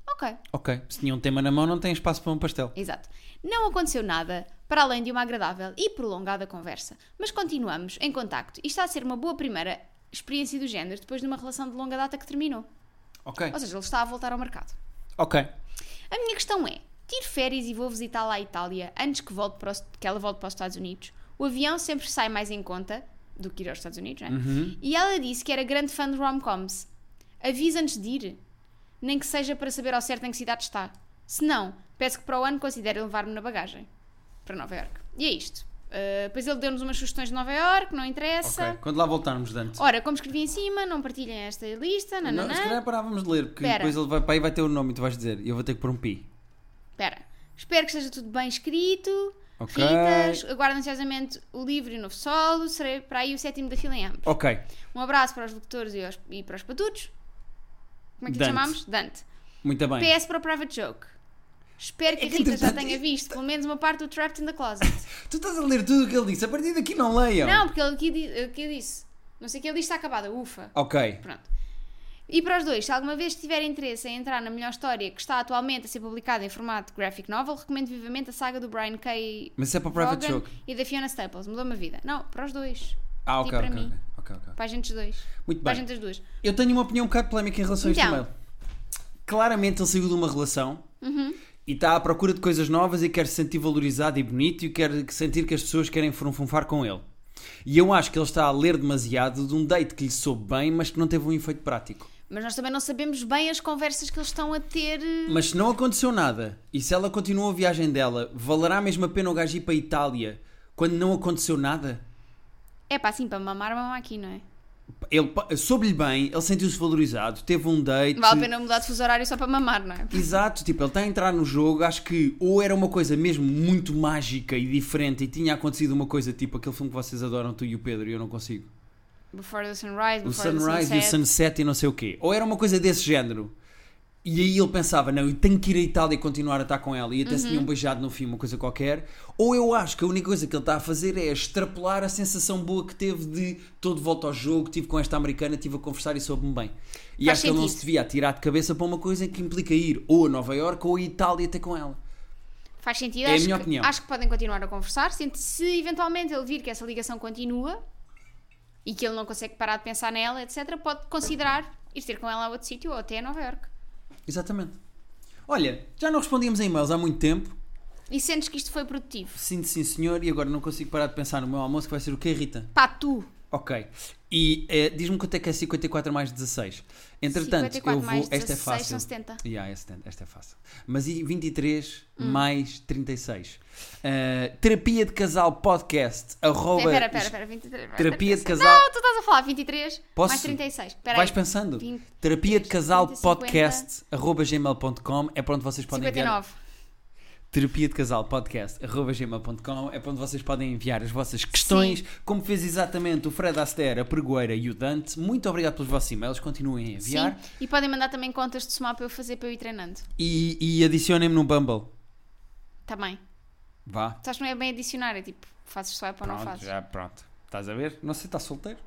Speaker 2: Ok.
Speaker 1: ok. Se tinha um tema na mão, não tem espaço para um pastel.
Speaker 2: Exato. Não aconteceu nada, para além de uma agradável e prolongada conversa, mas continuamos em contacto e está a ser uma boa primeira experiência do género depois de uma relação de longa data que terminou.
Speaker 1: Ok,
Speaker 2: Ou seja, ele está a voltar ao mercado.
Speaker 1: ok.
Speaker 2: A minha questão é: tiro férias e vou visitá-la à Itália antes que, volte para os- que ela volte para os Estados Unidos? O avião sempre sai mais em conta do que ir aos Estados Unidos, não é?
Speaker 1: Uhum.
Speaker 2: E ela disse que era grande fã de rom-coms. Avisa antes de ir, nem que seja para saber ao certo em que cidade está. Se não, peço que para o ano considere levar-me na bagagem para Nova Iorque. E é isto. Ah, depois ele deu-nos umas sugestões de Nova Iorque, não interessa.
Speaker 1: Ok, Quando lá voltarmos, Dante.
Speaker 2: Ora, como escrevi em cima, não partilhem esta lista.
Speaker 1: Não, se
Speaker 2: Nananã.
Speaker 1: calhar parávamos de ler, porque
Speaker 2: Espera.
Speaker 1: depois ele vai para aí e vai ter o nome e tu vais dizer, e eu vou ter que pôr um pi.
Speaker 2: Espera. Espero que esteja tudo bem escrito.
Speaker 1: Ok.
Speaker 2: Rita, aguardo ansiosamente o livro e o novo solo. Serei para aí o sétimo da fila em ambos.
Speaker 1: Ok,
Speaker 2: Um abraço para os locutores e, aos- e para os patutos. Como é que lhe
Speaker 1: Dante.
Speaker 2: chamámos? Dante.
Speaker 1: muito bem.
Speaker 2: PS para o Private Joke. Espero que
Speaker 1: É
Speaker 2: a
Speaker 1: que,
Speaker 2: Rita já
Speaker 1: entretanto,
Speaker 2: tenha visto pelo menos uma parte do Trapped in the Closet.
Speaker 1: Tu estás a ler tudo o que ele disse, a partir daqui não leiam.
Speaker 2: Não, porque ele aqui, di- aqui disse. Não sei o que ele disse, está acabada. Ufa.
Speaker 1: Ok,
Speaker 2: Pronto. E para os dois, se alguma vez tiver interesse em entrar na melhor história que está atualmente a ser publicada em formato graphic novel, recomendo vivamente a saga do Brian K.
Speaker 1: mas isso é para o Private
Speaker 2: Vaughan
Speaker 1: Joke.
Speaker 2: e da Fiona Staples. Mudou-me a vida. Não, para os dois.
Speaker 1: Ah,
Speaker 2: E
Speaker 1: ok,
Speaker 2: tipo para
Speaker 1: ok,
Speaker 2: mim.
Speaker 1: ok, ok.
Speaker 2: Para a gente dos dois.
Speaker 1: Muito
Speaker 2: Para a
Speaker 1: bem.
Speaker 2: gente das duas.
Speaker 1: Eu tenho uma opinião um bocado polémica em relação a este
Speaker 2: Então.
Speaker 1: e-mail. Claramente ele saiu de uma relação
Speaker 2: Uhum.
Speaker 1: e está à procura de coisas novas e quer se sentir valorizado e bonito e quer que- sentir que as pessoas querem funfar com ele. E eu acho que ele está a ler demasiado de um date que lhe soube bem, mas que não teve um efeito prático.
Speaker 2: Mas nós também não sabemos bem as conversas que eles estão a ter. eh,
Speaker 1: Mas se não aconteceu nada e se ela continua a viagem dela, valerá mesmo a pena o gajo ir para a Itália quando não aconteceu nada?
Speaker 2: É pá, assim, para mamar, mamar aqui, não é?
Speaker 1: Ele pa- soube-lhe bem, ele sentiu-se valorizado, teve um date.
Speaker 2: Vale a pena mudar de fuso horário só para mamar, não é?
Speaker 1: Exato, tipo, ele está a entrar no jogo, acho que ou era uma coisa mesmo muito mágica e diferente e tinha acontecido uma coisa tipo aquele filme que vocês adoram, tu e o Pedro, e eu não consigo.
Speaker 2: Before the sunrise,
Speaker 1: O
Speaker 2: before
Speaker 1: Sunrise
Speaker 2: the
Speaker 1: e o
Speaker 2: sunset.
Speaker 1: Sunset e não sei o quê. Ou era uma coisa desse género. E aí ele pensava, não, eu tenho que ir à Itália e continuar a estar com ela. E até
Speaker 2: Uhum.
Speaker 1: se tinham beijado no filme, uma coisa qualquer. Ou eu acho que a única coisa que ele está a fazer é extrapolar a sensação boa que teve de estou de volta ao jogo, estive com esta americana, estive a conversar e soube-me bem. E
Speaker 2: Faz
Speaker 1: acho que ele não
Speaker 2: sentido.
Speaker 1: se devia atirar de cabeça para uma coisa que implica ir ou a Nova Iorque ou a Itália até com ela.
Speaker 2: Faz sentido,
Speaker 1: É a
Speaker 2: acho,
Speaker 1: minha
Speaker 2: que,
Speaker 1: opinião.
Speaker 2: acho que podem continuar a conversar. Se, se eventualmente ele vir que essa ligação continua e que ele não consegue parar de pensar nela, etc., pode considerar ir ter com ela a outro sítio ou até a Nova York.
Speaker 1: Exatamente. Olha, já não respondíamos a e-mails há muito tempo.
Speaker 2: E sentes que isto foi produtivo?
Speaker 1: Sinto sim, senhor, e agora não consigo parar de pensar no meu almoço que vai ser o quê, Rita?
Speaker 2: Pá, tu!
Speaker 1: Ok. E eh, diz-me quanto é que é 54 mais 16. Entretanto,
Speaker 2: 54
Speaker 1: eu vou.
Speaker 2: mais
Speaker 1: esta é
Speaker 2: 16
Speaker 1: fácil.
Speaker 2: são 70.
Speaker 1: Yeah, é 70, Esta é fácil. Mas e 23
Speaker 2: Hum.
Speaker 1: mais 36? Eh, terapia de casal podcast. Arroba,
Speaker 2: Espera, pera, pera, 23. mais
Speaker 1: Terapia de
Speaker 2: 36.
Speaker 1: casal.
Speaker 2: Não, tu estás a falar 23 mais
Speaker 1: Posso?
Speaker 2: 36. Espera aí.
Speaker 1: Vais pensando.
Speaker 2: 20,
Speaker 1: terapia de casal
Speaker 2: 30,
Speaker 1: podcast. Arroba gmail.com. É para onde vocês podem enviar.
Speaker 2: 59.
Speaker 1: terapia de casal podcast arroba gmail.com é para onde vocês podem enviar as vossas questões como fez exatamente o Fred Astaire a Pergoeira e o Dante muito obrigado pelos vossos e-mails continuem a enviar
Speaker 2: Sim. E podem mandar também contas de somar para eu fazer para eu ir treinando.
Speaker 1: e, e adicionem-me no Bumble
Speaker 2: Tá bem.
Speaker 1: vá
Speaker 2: Sabes, não é bem adicionar, é tipo, fazes swipe ou não
Speaker 1: pronto
Speaker 2: fazes.
Speaker 1: já pronto estás a ver não sei estás solteiro